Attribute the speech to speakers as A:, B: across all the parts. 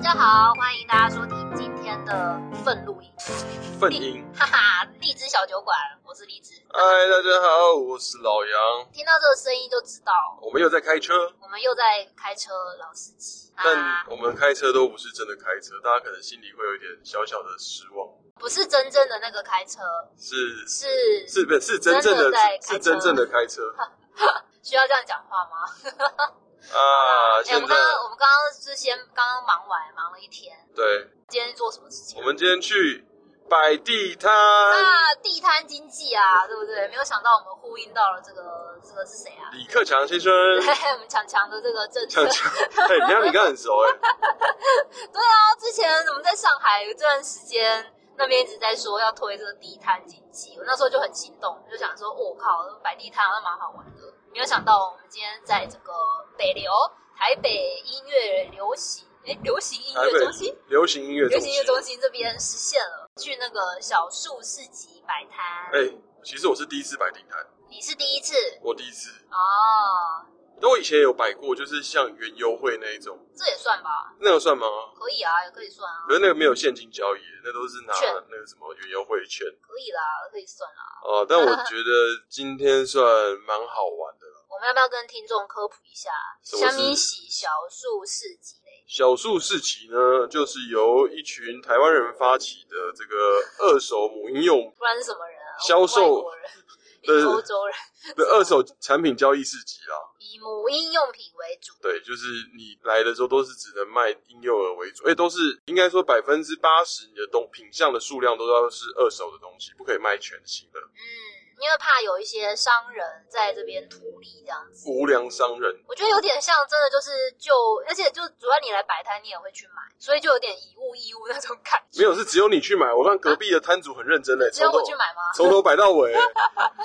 A: 家好，欢迎大家收听今天的愤怒音，
B: 愤音。
A: 哈哈，荔枝小酒馆，我是荔枝。
B: 嗨，大家好，我是老杨。
A: 听到这个声音就知道
B: 我们又在开车，
A: 我们又在开车老司机啊
B: 但，我们开车都不是真的开车，大家可能心里会有一点小小的失望。
A: 不是真正的那个开车，
B: 是
A: 是
B: 是，不是是真正
A: 真的
B: 的
A: 在开车
B: 是真正的 开车
A: 需要这样讲话吗？
B: 啊！
A: 哎、我
B: 现
A: 们
B: 在
A: 刚刚我们刚刚是先刚刚忙完，忙了一天，
B: 对，
A: 今天做什么事情
B: 我？们今天去摆地摊，
A: 啊，地摊经济啊，对不对？没有想到我们呼应到了这个这个是谁啊？
B: 李克强 先生。
A: 对，我们强强的这个政策
B: 强。强，哎，你看你刚很熟哎，
A: 对啊，之前我们在上海有一段时间，那边一直在说要推这个地摊经济，我那时候就很心动，就想说，我、靠，摆地摊好像蛮好玩的。没有想到我们今天在这个北流台北音乐流行诶流行音
B: 台
A: 乐中心
B: 北流行音乐
A: 流行
B: 中心
A: 音。乐中心这边实现了，去那个小树市集摆摊。
B: 哎，其实我是第一次摆地摊，
A: 你是第一次
B: 我第一次。
A: 哦，
B: 但我以前有摆过，就是像园游会那一种，
A: 这也算吧，
B: 那个算吗？
A: 可以啊，也可以算啊，
B: 可是那个没有现金交易，那都是拿
A: 券
B: 那个什么原优惠券
A: 可以啦，可以算啦。
B: 啊。但我觉得今天算蛮好玩的啦。
A: 我们要不要跟听众科普一下，
B: 什么
A: 虾
B: 是
A: 米喜小树市集嘞？
B: 小树市集呢，就是由一群台湾人发起的这个二手母婴用
A: 不然是什么人啊？
B: 销售
A: 外国人、
B: 对
A: 欧洲人，
B: 的二手产品交易市集啦。
A: 以母婴用品为主。
B: 对，就是你来的时候都是只能卖婴幼儿为主，哎，都是应该说百分之八十你的东品相的数量都要是二手的东西，不可以卖全新的。
A: 嗯，因为怕有一些商人在这边图利这样子。
B: 无良商人
A: 我觉得有点像，真的就是就，而且就主要你来摆摊，你也会去买，所以就有点以物易物那种感觉。
B: 没有，是只有你去买。我看隔壁的摊主很认真嘞，
A: 只有
B: 从
A: 我
B: 头
A: 去买吗？
B: 从头摆到尾。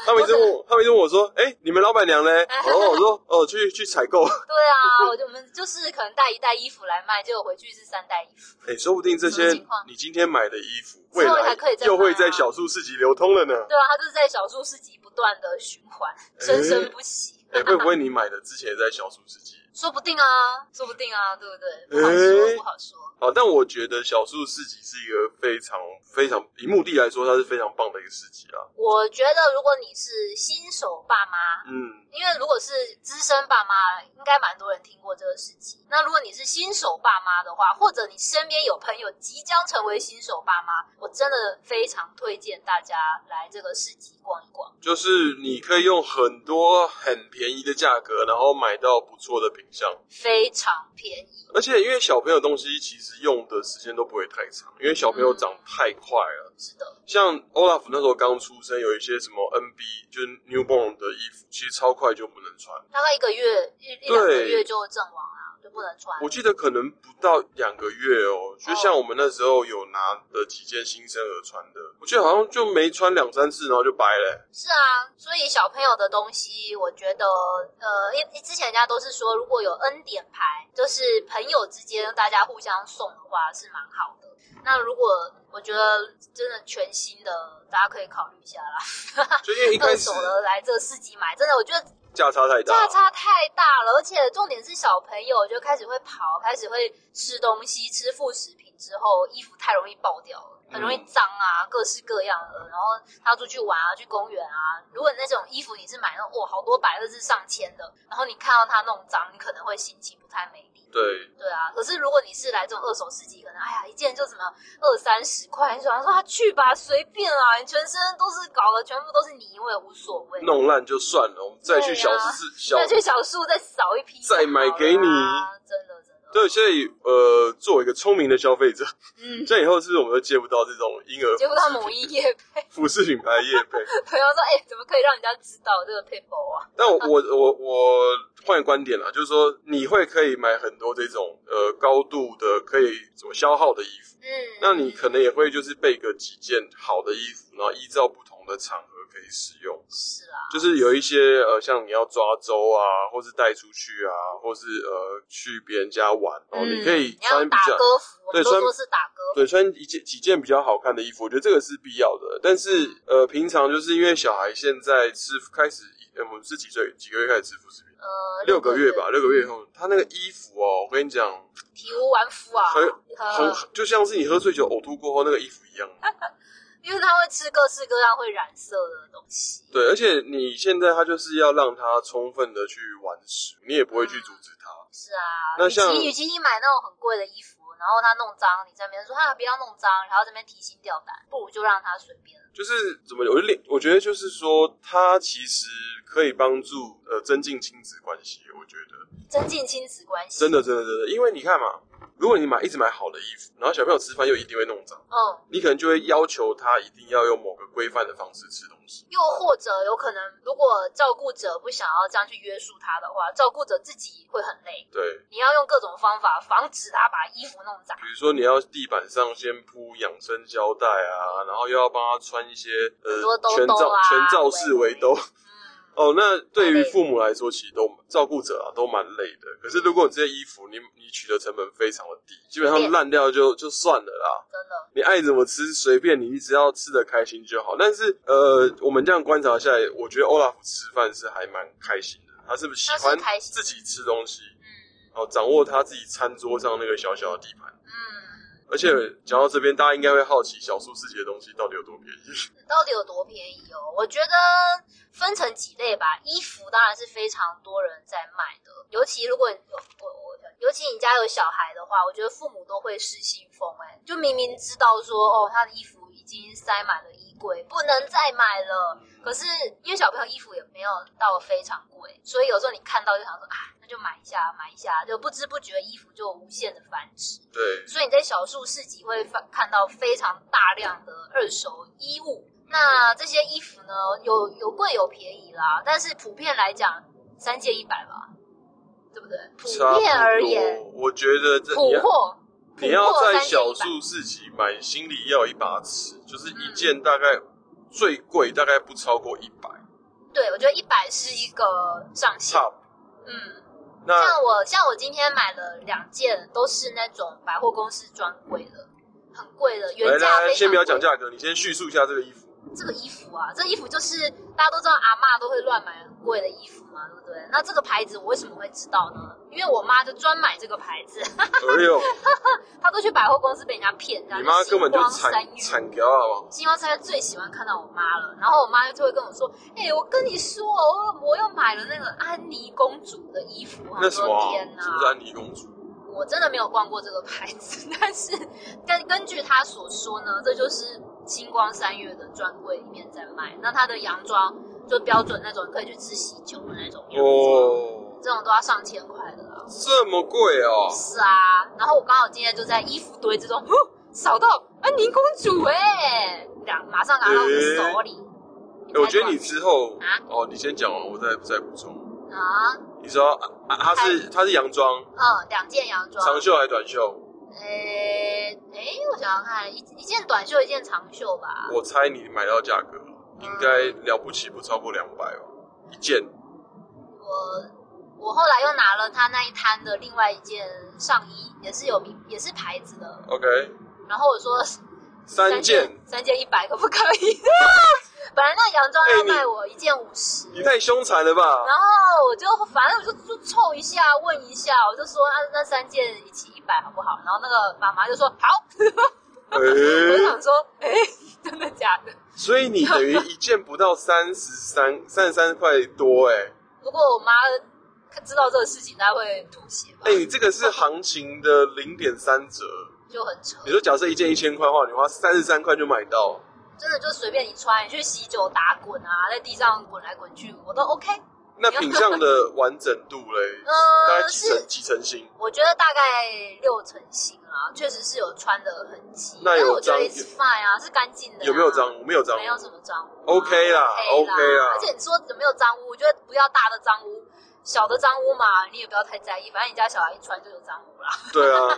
B: 他们一直问我，他们一直问我说：“哎、你们老板娘
A: 啊
B: 嘞？”然后我说：“哦，去去采购。
A: 对啊，我就我们就是可能带一袋衣服来卖，结果回去是三袋衣服。
B: 哎，说不定这
A: 什
B: 些
A: 么情况
B: 你今天买的衣服，
A: 之
B: 未
A: 后还
B: 来
A: 可以再
B: 又会
A: 卖啊
B: 在小树市集流通了呢。
A: 对啊，它就是在小树市集不断的循环，生生不息。
B: 哎，会不会你买的之前也在小树市集？
A: 说不定啊，说不定啊，对不对？不好说，
B: 诶
A: 不好说。
B: 好，哦但我觉得小树市集是一个非常非常以目的来说，它是非常棒的一个市集啊。
A: 我觉得如果你是新手爸妈，
B: 嗯，
A: 因为如果是资深爸妈，应该蛮多人听过这个事情。那如果你是新手爸妈的话，或者你身边有朋友即将成为新手爸妈，我真的非常推荐大家来这个市集逛一逛。
B: 就是你可以用很多很便宜的价格，然后买到不错的品相。
A: 非常便宜，
B: 而且因为小朋友东西其实用的时间都不会太长，因为小朋
A: 嗯
B: 友长太快了。
A: 是的，
B: 像 Olaf 那时候刚出生，有一些什么 NB 就是 newborn 的衣服，其实超快就不能穿。
A: 大概一个月一一
B: 对
A: 两个月就阵亡啊，就不能穿。
B: 我记得可能不到两个月哦，就像我们那时候有拿的几件新生儿穿的，我记得好像就没穿两三次，然后就白了、
A: 是啊，所以小朋友的东西，我觉得，呃，因为之前人家都是说，如果有恩典牌，就是朋友之间大家互相送的话，是蛮好的。那如果我觉得真的全新的，大家可以考虑一下啦。
B: 就因为一
A: 二
B: 开始
A: 手的来这市集买，真的我觉得
B: 价差太大，
A: 价差太大了，而且重点是小朋友就开始会跑，开始会吃东西，吃副食品之后，衣服太容易爆掉了，很容
B: 嗯
A: 易脏啊，各式各样的。然后他出去玩啊，去公园啊，如果那种衣服你是买那种哇好多百，甚至上千的，然后你看到它弄脏，你可能会心情不太美丽。
B: 对，
A: 对啊，可是如果你是来这种二手市集，可能哎呀一件就什么二三十块，你想说他去吧，随便啊，你全身都是搞的，全部都是泥，我也无所谓。
B: 弄烂就算了，我们再去小市市小
A: 啊再去小树再扫一批就好了啊，
B: 再买给你
A: 真的真的。
B: 对，所以呃，作为一个聪明的消费者，
A: 嗯，
B: 这样以后是不是我们都接不到这种婴儿
A: 结果到某一页，
B: 服饰品牌业配？
A: 朋友说：“哎、怎么可以让人家知道这个 paper 啊
B: 但我我我我换个观点啦，就是说你会可以买很多这种呃高度的可以怎么消耗的衣服？”，
A: 嗯，
B: 那你可能也会就是备个几件好的衣服，然后依照不同同的场合可以使用。
A: 是啊，
B: 就是有一些呃，像你要抓周啊，或是带出去啊，或是呃去别人家玩哦，
A: 嗯
B: 你可以
A: 你要
B: 穿比
A: 打
B: 较
A: 歌服，我
B: 对
A: 们都
B: 穿
A: 说是打歌服，
B: 对穿一件几件比较好看的衣服，我觉得这个是必要的。但是呃，平常就是因为小孩现在吃开始，呃我们是几岁几个月开始吃辅食品？
A: 呃，
B: 六个月吧，六个月后，他那个衣服哦，我跟你讲，
A: 体无完肤啊，
B: 很
A: 呃
B: 很就像是你喝醉酒呕吐过后那个衣服一样。
A: 因为他会吃各式各样会染色的东西。
B: 对，而且你现在他就是要让他充分的去玩食，你也不会去阻止他。
A: 是啊，
B: 那
A: 与
B: 像
A: 其与其你买那种很贵的衣服，然后他弄脏，你在那边说他不要弄脏，然后这边提心吊胆，不如就让他随便。
B: 就是怎么，我就我觉得就是说，它其实可以帮助呃增进亲子关系。我觉得
A: 增进亲子关系。
B: 真的真的真的，因为你看嘛，如果你买一直买好的衣服，然后小朋友吃饭又一定会弄脏，
A: 嗯，
B: 你可能就会要求他一定要用某个规范的方式吃东西。
A: 又或者有可能，如果照顾者不想要这样去约束他的话，照顾者自己会很累。
B: 对，
A: 你要用各种方法防止他把衣服弄脏
B: 比。如说你要地板上先铺养生胶带啊，然后又要帮他穿一些呃
A: 很多兜兜啊
B: 全罩全罩式围兜。
A: 嗯，
B: 哦，那对
A: 蛮
B: 于
A: 累的
B: 父母来说，其实都照顾者啊都蛮累的。可是如果这些衣服你你取得成本非常的低，基本上
A: 对
B: 烂掉就就算了啦。
A: 真的，
B: 你爱怎么吃随便你，你只要吃的开心就好。但是呃，我们这样观察下来，我觉得欧拉夫吃饭是还蛮开心的，他是不是喜
A: 他
B: 欢
A: 是开心
B: 自己吃东西，
A: 嗯
B: 哦，掌握他自己餐桌上那个小小的地盘。
A: 嗯，
B: 而且讲到这边，大家应该会好奇小苏自己的东西到底有多便宜。
A: 到底有多便宜哦？我觉得分成几类吧。衣服当然是非常多人在卖的，尤其如果你我我我，尤其你家有小孩的话，我觉得父母都会失心疯哎、就明明知道说哦，他的衣服已经塞满了衣柜，不能再买了。可是因为小朋友衣服也没有到非常贵，所以有时候你看到就想说啊，那就买一下，买一下，就不知不觉衣服就无限的繁殖。
B: 对，
A: 所以你在小树市集会发看到非常大量的二手衣物。那这些衣服呢，有有贵有便宜啦，但是普遍来讲，三件一百吧，对不对？普
B: 差
A: 遍而
B: 不
A: 言，
B: 多。我觉得这
A: 普
B: 你要
A: 货，
B: 你要
A: 普货
B: 在
A: 三件
B: 小
A: 一百
B: 树市集买，心里要有一把尺，就是一件大概最贵大概不超过一百
A: 对我觉得一百是一个上限。
B: ，top。
A: 嗯，
B: 那
A: 像我像我今天买了两件，都是那种百货公司专柜的，很贵的，原
B: 来
A: 价
B: 来
A: 非
B: 来，
A: 常
B: 先不要讲
A: 贵
B: 价格，你先叙述一下这个衣服。
A: 这个衣服啊，这个衣服就是大家都知道阿嬷都会乱买很贵的衣服嘛，对不对？那这个牌子我为什么会知道呢？因为我妈就专买这个牌子，
B: 哎呦，
A: 她都去百货公司被人家骗，然
B: 你
A: 后
B: 妈
A: 星
B: 根本就
A: 光
B: 惨
A: 三月。
B: 惨掉好不好？
A: 星光三月最喜欢看到我妈了，然后我妈就会跟我说：“哎、我跟你说，我我又买了那个安妮公主的衣服。”我
B: 那什么
A: 说
B: 啊，
A: 天哪
B: 是！不是安妮公主？
A: 我真的没有逛过这个牌子， 但是根根据他所说呢，这就是星光三月的专柜里面在卖。那他的洋装就标准那种可以去吃喜酒的那种洋装，
B: 哦，
A: 这种都要上千块的啦。
B: 这么贵哦！
A: 是啊，然后我刚好今天就在衣服堆之中， 哼扫到安宁公主哎、两马上拿到我的手里。
B: 哎我觉得你之后
A: 啊
B: 哦，你先讲完，我再再补充。
A: 啊，
B: 你说啊，啊它是它是洋装，
A: 嗯，两件洋装，
B: 长袖还是短袖？
A: 诶诶，我想想看，一一件短袖，一件长袖吧。
B: 我猜你买到价格
A: 嗯
B: 应该了不起不超过两百吧，一件。
A: 我我后来又拿了他那一摊的另外一件上衣，也是有名，也是牌子的。
B: OK，
A: 然后我说
B: 三件。
A: 三件一百可不可 以？本来那洋装
B: 哎
A: 要卖我一件五十、
B: 你太凶残了吧！
A: 然后我就反正我就就凑一下问一下，我就说啊那三件一起一百好不好？然后那个妈妈就说好，
B: 哎、
A: 我就想说哎、真的假的？
B: 所以你等于一件不到三十三 三十三块多哎、
A: 如果我妈知道这个事情，她会吐血吧
B: 哎、？你这个是行情的零点三折。
A: 就很扯。
B: 你说假设一件一千块的话，你花三十三块就买到，
A: 真的就随便你穿，你去洗酒打滚啊，在地上滚来滚去，我都 OK。
B: 那品相的完整度嘞，大概
A: 呃，
B: 几成
A: 是
B: 几成新？
A: 我觉得大概六成新啦，确实是有穿的痕迹，
B: 那有
A: 但是我觉得
B: 脏
A: it's fine 啊，是干净的、啊。
B: 有没有？脏污？没有脏污
A: 没。有什么脏污啊
B: OK 啦
A: OK 啦
B: OK 啦
A: 而且你说有没有脏污？我觉得不要大的脏污，小的脏污嘛，你也不要太在意，反正你家小孩一穿就有脏污啦。
B: 对啊，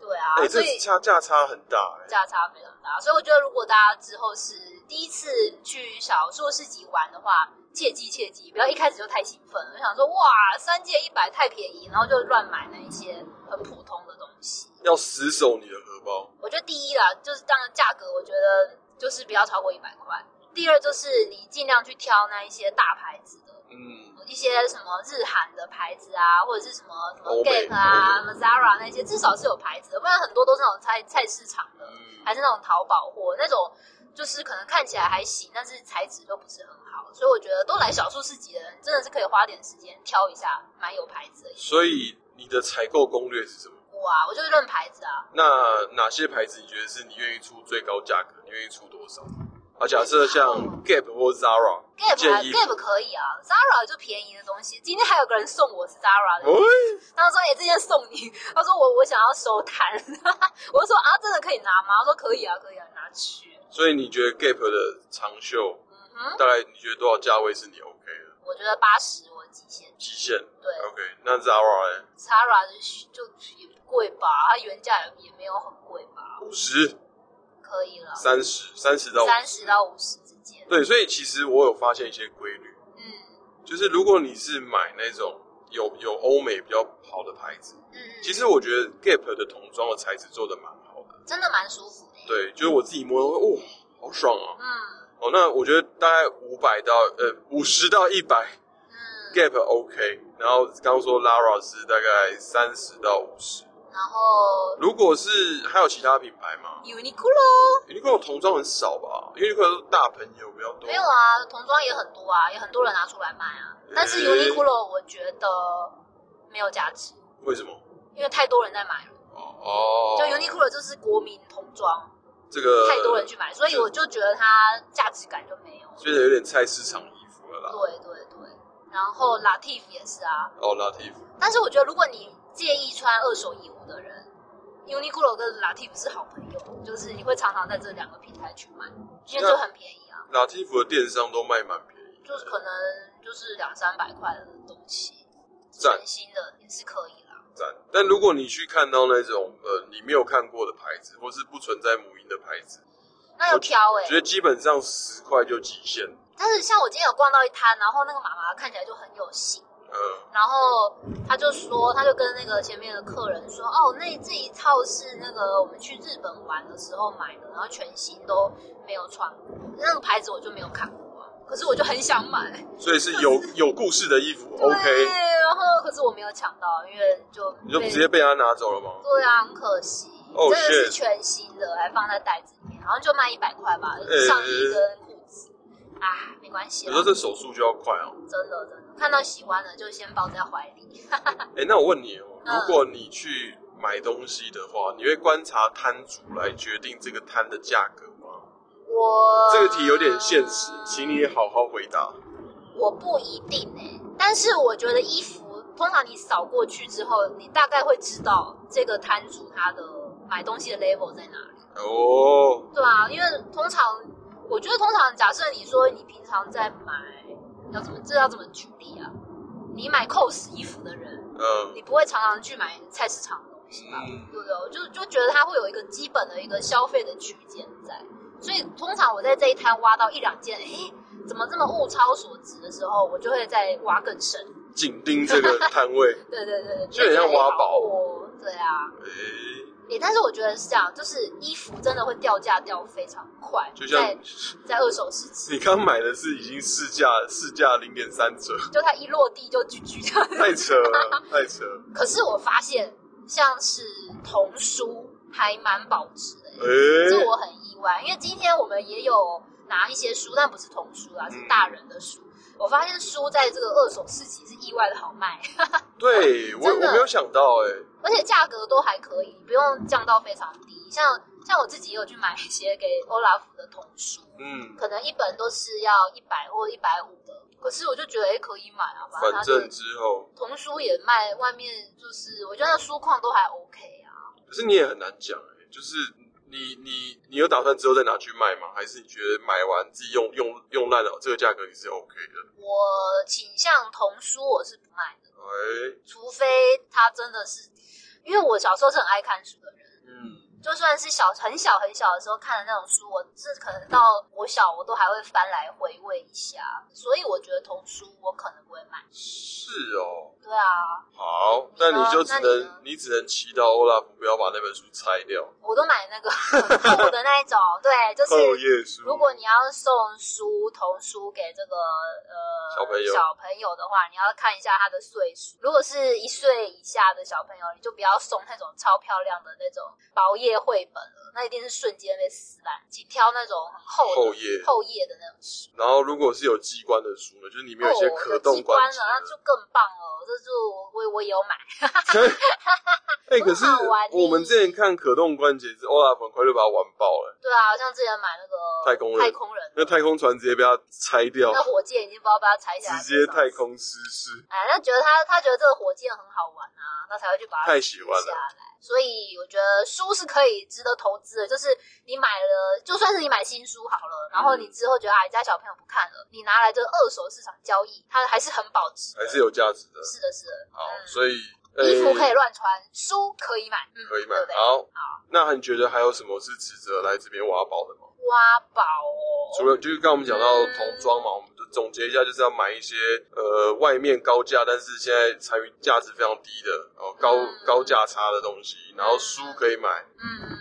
A: 对啊，
B: 哎、
A: 所
B: 这
A: 以
B: 差价差很大、哎。
A: 价差非常大。所以我觉得，如果大家之后是第一次去小树市集玩的话，切记切记，不要一开始就太兴奋，就想说哇，三件一百太便宜，然后就乱买那一些很普通的东西。
B: 要死守你的荷包。
A: 我觉得第一啦，就是当然价格，我觉得就是不要超过一百块。第二就是你尽量去挑那一些大牌子的，
B: 嗯，
A: 一些什么日韩的牌子啊，或者是什么什么
B: 欧美
A: Gap 啊、什么 Zara 那些，至少是有牌子的，不然很多都是那种菜菜市场的，还是那种淘宝货，那种就是可能看起来还行，但是材质都不是很好。所以我觉得都来小数市集的人，真的是可以花点时间挑一下买有牌子的衣
B: 所以你的采购攻略是什么？
A: 服啊。我就是认牌子啊，
B: 那哪些牌子你觉得是你愿意出最高价格？你愿意出多少？啊，假设像 Gap 或 Zara
A: Gap 啊
B: 一件衣服，
A: Gap 可以啊，Zara 就便宜的东西。今天还有个人送我是 Zara 的，
B: 喂
A: 他说：“哎、这件送你。”他说我：“我想要收摊。” 我就说：“啊，真的可以拿吗？”他说：“可以啊，可以啊，拿去。
B: 所以你觉得 Gap 的长袖”
A: 嗯哼，
B: 大概你觉得多少价位是你 OK 的
A: 我觉得八十我极限。
B: 极限
A: 对
B: ？OK，那 Zara 呢？
A: ，Zara 就就也不贵吧，它原价也也没有很贵吧，
B: 五十、
A: 可以了，
B: 三十、三十到
A: 三十到五十之间。
B: 对，所以其实我有发现一些规律，
A: 嗯
B: 就是如果你是买那种有有欧美比较好的牌子，
A: 嗯，
B: 其实我觉得 Gap 的童装的材质做的蛮好的，
A: 真的蛮舒服的。，
B: 对，就是我自己摸，哦，好爽啊！
A: 嗯
B: 哦，那我觉得大概五百到呃五十到一百
A: 嗯，
B: Gap OK，然后刚刚说 Lara 是大概三十到五十，
A: 然后
B: 如果是还有其他品牌吗
A: Uniqlo
B: ？Uniqlo 童装很少吧？Uniqlo 都大朋友比较多，
A: 没有啊，童装也很多啊，也很多人拿出来卖啊，但是
B: 诶
A: Uniqlo 我觉得没有价值，
B: 为什么？
A: 因为太多人在买了。
B: 哦，
A: 就 Uniqlo 就是国民童装，
B: 这个
A: 太多人去买，所以我就觉得它价值感就没有。
B: 变得有点菜市场衣服了啦。
A: 对对对，然后 Latif 也是啊，
B: 哦，拉提服，
A: 但是我觉得如果你介意穿二手衣物的人，Uniqlo 跟 Latif 是好朋友，就是你会常常在这两个平台去买，因为就很便宜啊，
B: 拉提服的电商都卖蛮便宜的，
A: 就是可能就是两三百块的东西，
B: 赞
A: 全新的也是可以啦。
B: 赞。但如果你去看到那种呃你没有看过的牌子，或是不存在母婴的牌子，
A: 那要挑哎、
B: 我觉得基本上十块就极限。
A: 但是像我今天有逛到一摊，然后那个妈妈看起来就很有型。
B: 呃，
A: 然后他就说，他就跟那个前面的客人说，哦，那这一套是那个我们去日本玩的时候买的，然后全新都没有穿过，那个牌子我就没有看过啊，可是我就很想买。
B: 所以是有有故事的衣服
A: 对
B: ，OK？，
A: 然后可是我没有抢到，因为就
B: 你就
A: 被
B: 直接被他拿走了吗？
A: 对啊，很可惜。
B: Oh,
A: 这个是
B: shit
A: 全新的，还放在袋子里面，然后就卖一百块吧，
B: 呃
A: 上衣跟裤子。啊，没关系
B: 有
A: 啦
B: 时候，这手速就要快哦。
A: 真的真的，看到喜欢的就先抱在怀里。
B: 哎、那我问你哦，
A: 嗯
B: 如果你去买东西的话，你会观察摊主来决定这个摊的价格吗？
A: 我
B: 这个题有点现实，请你好好回答。
A: 我不一定哎、但是我觉得衣服通常你扫过去之后，你大概会知道这个摊主他的买东西的 level 在哪里，
B: 哦，
A: 对啊，因为通常我觉得通常假设你说你平常在买，要怎么这要怎么举例啊？你买 cos 衣服的人，
B: 嗯
A: 你不会常常去买菜市场的东西吧？
B: 嗯
A: 对不对？我就就觉得它会有一个基本的一个消费的区间在，所以通常我在这一摊挖到一两件，诶，怎么这么物超所值的时候，我就会再挖更深。
B: 紧盯这个 摊位。
A: 对对对，
B: 就很像挖宝
A: 哦。对啊，
B: 哎、
A: 诶，但是我觉得是这样，就是衣服真的会掉价掉非常快，
B: 就像
A: 在在二手市集，
B: 你刚买的是已经市价市价零点三折，
A: 就它一落地就居居的。
B: 太扯了，太扯了。
A: 可是我发现，像是童书还蛮保值的、
B: 哎、
A: 这我很意外，因为今天我们也有拿一些书，但不是童书啦，
B: 嗯
A: 是大人的书。我发现书在这个二手市集是意外的好卖，
B: 对我
A: 真
B: 我
A: 的
B: 没有想到哎、
A: 而且价格都还可以，不用降到非常低。像像我自己也有去买一些给欧拉夫的童书，
B: 嗯，
A: 可能一本都是要一百或一百五的，可是我就觉得哎可以买啊，反
B: 反
A: 正
B: 正之后，
A: 童书也卖，外面就是我觉得那书况都还 OK 啊。
B: 可是你也很难讲哎、就是你你你有打算之后再拿去卖吗？还是你觉得买完自己用用用烂了这个价格你是 OK 的？
A: 我倾向童书我是不卖的，
B: 哎，
A: 除非他真的是，因为我小时候是很爱看书的人，
B: 嗯，
A: 就算是小很小很小的时候看的那种书，我是可能到我小我都还会翻来回味一下，所以我觉得童书我可能不会买。
B: 是哦，
A: 对啊，
B: 好，
A: 你
B: 那
A: 说
B: 你就只
A: 啊那你呢
B: 能你只能祈祷欧拉不要把那本书拆掉，
A: 我都买那个 厚的那一种，对，就是
B: 厚页书。
A: 如果你要送书童书给这个呃
B: 小朋友
A: 小朋友的话，你要看一下他的岁数。如果是一岁以下的小朋友，你就不要送那种超漂亮的那种薄页绘本了，那一定是瞬间被撕烂。请挑那种很厚的
B: 厚页
A: 厚页的那种书，
B: 然后如果是有机关的书呢，就是里面有一些
A: 哦
B: 可
A: 有机
B: 动
A: 关
B: 关
A: 了
B: 节，
A: 那就更棒了。这就我我也有买，
B: 哎、可是
A: 很好玩
B: 我们之前看可动关节，欧拉很快就把它玩爆了，
A: 对啊，像之前买那个
B: 太空人
A: 太空人，
B: 那太空船直接被它拆掉，
A: 那火箭已经不知道被他拆下来，
B: 直接太。空失事，
A: 哎，那觉得他他觉得这个火箭很好玩啊，那才会去把它
B: 太喜欢
A: 下
B: 了。
A: 来。所以我觉得书是可以值得投资的，就是你买了，就算是你买新书好了，然
B: 嗯
A: 后你之后觉得啊，你家小朋友不看了，你拿来这个二手市场交易，它还是很保值的，
B: 还是有价值的，
A: 是的，是的。
B: 好，
A: 嗯
B: 所以
A: 衣服
B: 哎
A: 可以乱穿，书可以买，嗯，
B: 可以买
A: 对不。对？
B: 好，那你觉得还有什么是值得来这边挖宝的吗？
A: 挖宝哦，
B: 除了就是刚刚我们讲到童装嘛，我们就总结一下，就是要买一些呃外面高价，但是现在参与价值非常低的，然后高、
A: 嗯
B: 高价差的东西，然后书可以买，
A: 嗯嗯嗯。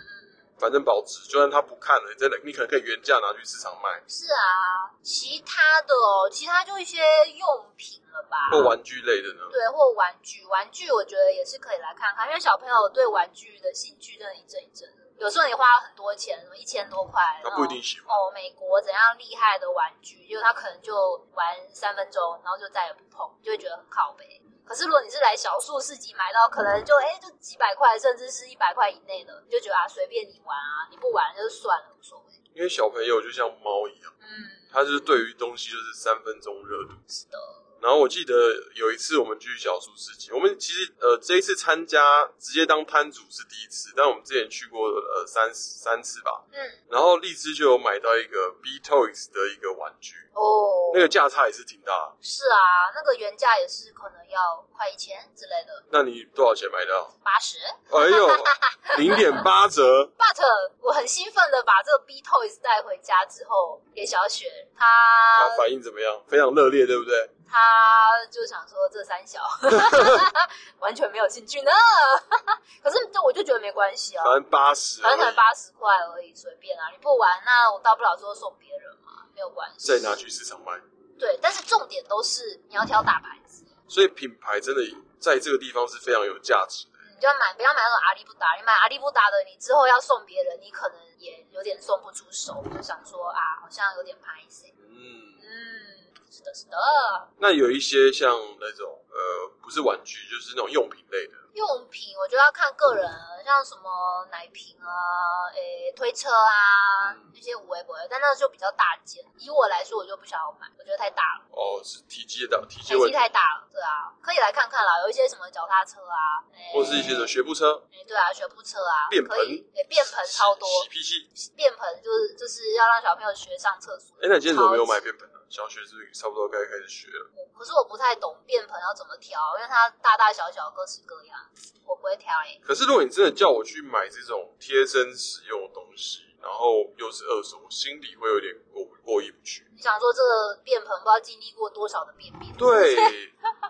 B: 反正保值，就算他不看了，真的你可能可以原价拿去市场卖，
A: 是啊，其他的哦，其他就一些用品了吧，
B: 或玩具类的呢。
A: 对，或玩具，玩具我觉得也是可以来看看，因为小朋友对玩具的兴趣真的一阵一阵的。有时候你花很多钱，什么一千多块，
B: 他
A: 然后
B: 不一定喜欢，
A: 哦，美国怎样厉害的玩具，就是他可能就玩三分钟，然后就再也不碰，就会觉得很靠背。可是如果你是来小数市集买到，可能就哎就几百块，甚至是一百块以内的，你就觉得啊随便你玩啊，你不玩就算了，无所谓。
B: 因为小朋友就像猫一样，
A: 嗯，
B: 他就是对于东西就是三分钟热度。
A: 是的，
B: 然后我记得有一次我们去小树市集，我们其实呃这一次参加直接当摊主是第一次，但我们之前去过呃三三次吧。
A: 嗯，
B: 然后荔枝就有买到一个 B Toys 的一个玩具，
A: 哦，
B: 那个价差也是挺大的。
A: 是啊，那个原价也是可能要快一千之类的，
B: 那你多少钱买到？
A: 八十。
B: 哎呦，零点八折，
A: But 我很兴奋的把这个 B Toys 带回家之后给小雪，
B: 他
A: 她
B: 啊反应怎么样？非常热烈，对不对？
A: 她就想说这三 小完全没有兴趣呢， 可是这我就觉得没关系啊
B: 反，正八十，
A: 反正才八十块而已，随便啊，你不玩那我大不了就送别人嘛，没有关系。
B: 再拿去市场卖。
A: 对，但是重点都是你要挑大牌子，
B: 所以品牌真的在这个地方是非常有价值的。
A: 你就要买不要买那种阿里不达，你买阿里不达的，你之后要送别人，你可能也有点送不出手，就想说啊，好像有点拍谁。
B: 嗯，
A: 嗯，是的，是的。
B: 那有一些像那种呃，不是玩具，就是那种用品类的，
A: 用品我觉得要看个人，像什么奶瓶啊、诶、推车啊
B: 嗯
A: 那些无微不微，但那就比较大件。以我来说，我就不想要买，我觉得太大了，
B: 哦，是体积的体积
A: 体
B: 问
A: 积
B: 题，
A: 太大了。对啊，可以来看看啦，有一些什么脚踏车啊，诶
B: 或是一些的学步车、
A: 诶对啊，学步车啊，
B: 便盆
A: 可以，诶便盆超多，
B: 洗屁器。
A: 便盆就是就是要让小朋友学上厕所。
B: 哎，那你今天怎么没有买
A: 超级？
B: 便盆呢？小学是不是差不多该开始学了？
A: 可是我不太懂便盆要怎么挑，因为它大大小小各式各样，我不会挑诶、
B: 可是如果你真的叫我去买这种贴身使用的东西，然后又是二手，我心里会有点过过意不去。
A: 你想说这个便盆不知道经历过多少的便便？
B: 对，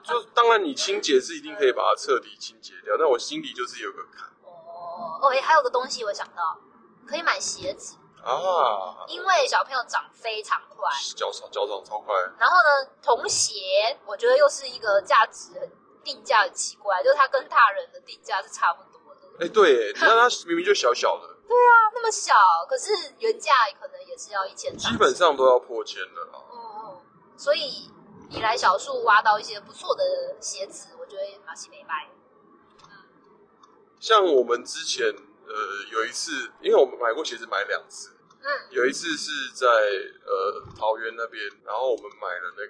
B: 就当然你清洁是一定可以把它彻底清洁掉，但我心里就是有个坎
A: 哦，哦，哎，还有个东西我想到，可以买鞋子，
B: 啊。
A: 因为小朋友长非常快。
B: 脚长脚长超快，
A: 然后呢，童鞋我觉得又是一个价值定价很奇怪，就是它跟大人的定价是差不多的。
B: 哎、对，你看它明明就小小的，
A: 它那么小，可是原价可能也是要一千。
B: 基本上都要破千了啦。
A: 嗯，嗯，所以你来小树挖到一些不错的鞋子，我觉得马戏没卖。
B: 像我们之前呃有一次，因为我们买过鞋子买两次，
A: 嗯，
B: 有一次是在呃桃园那边，然后我们买了那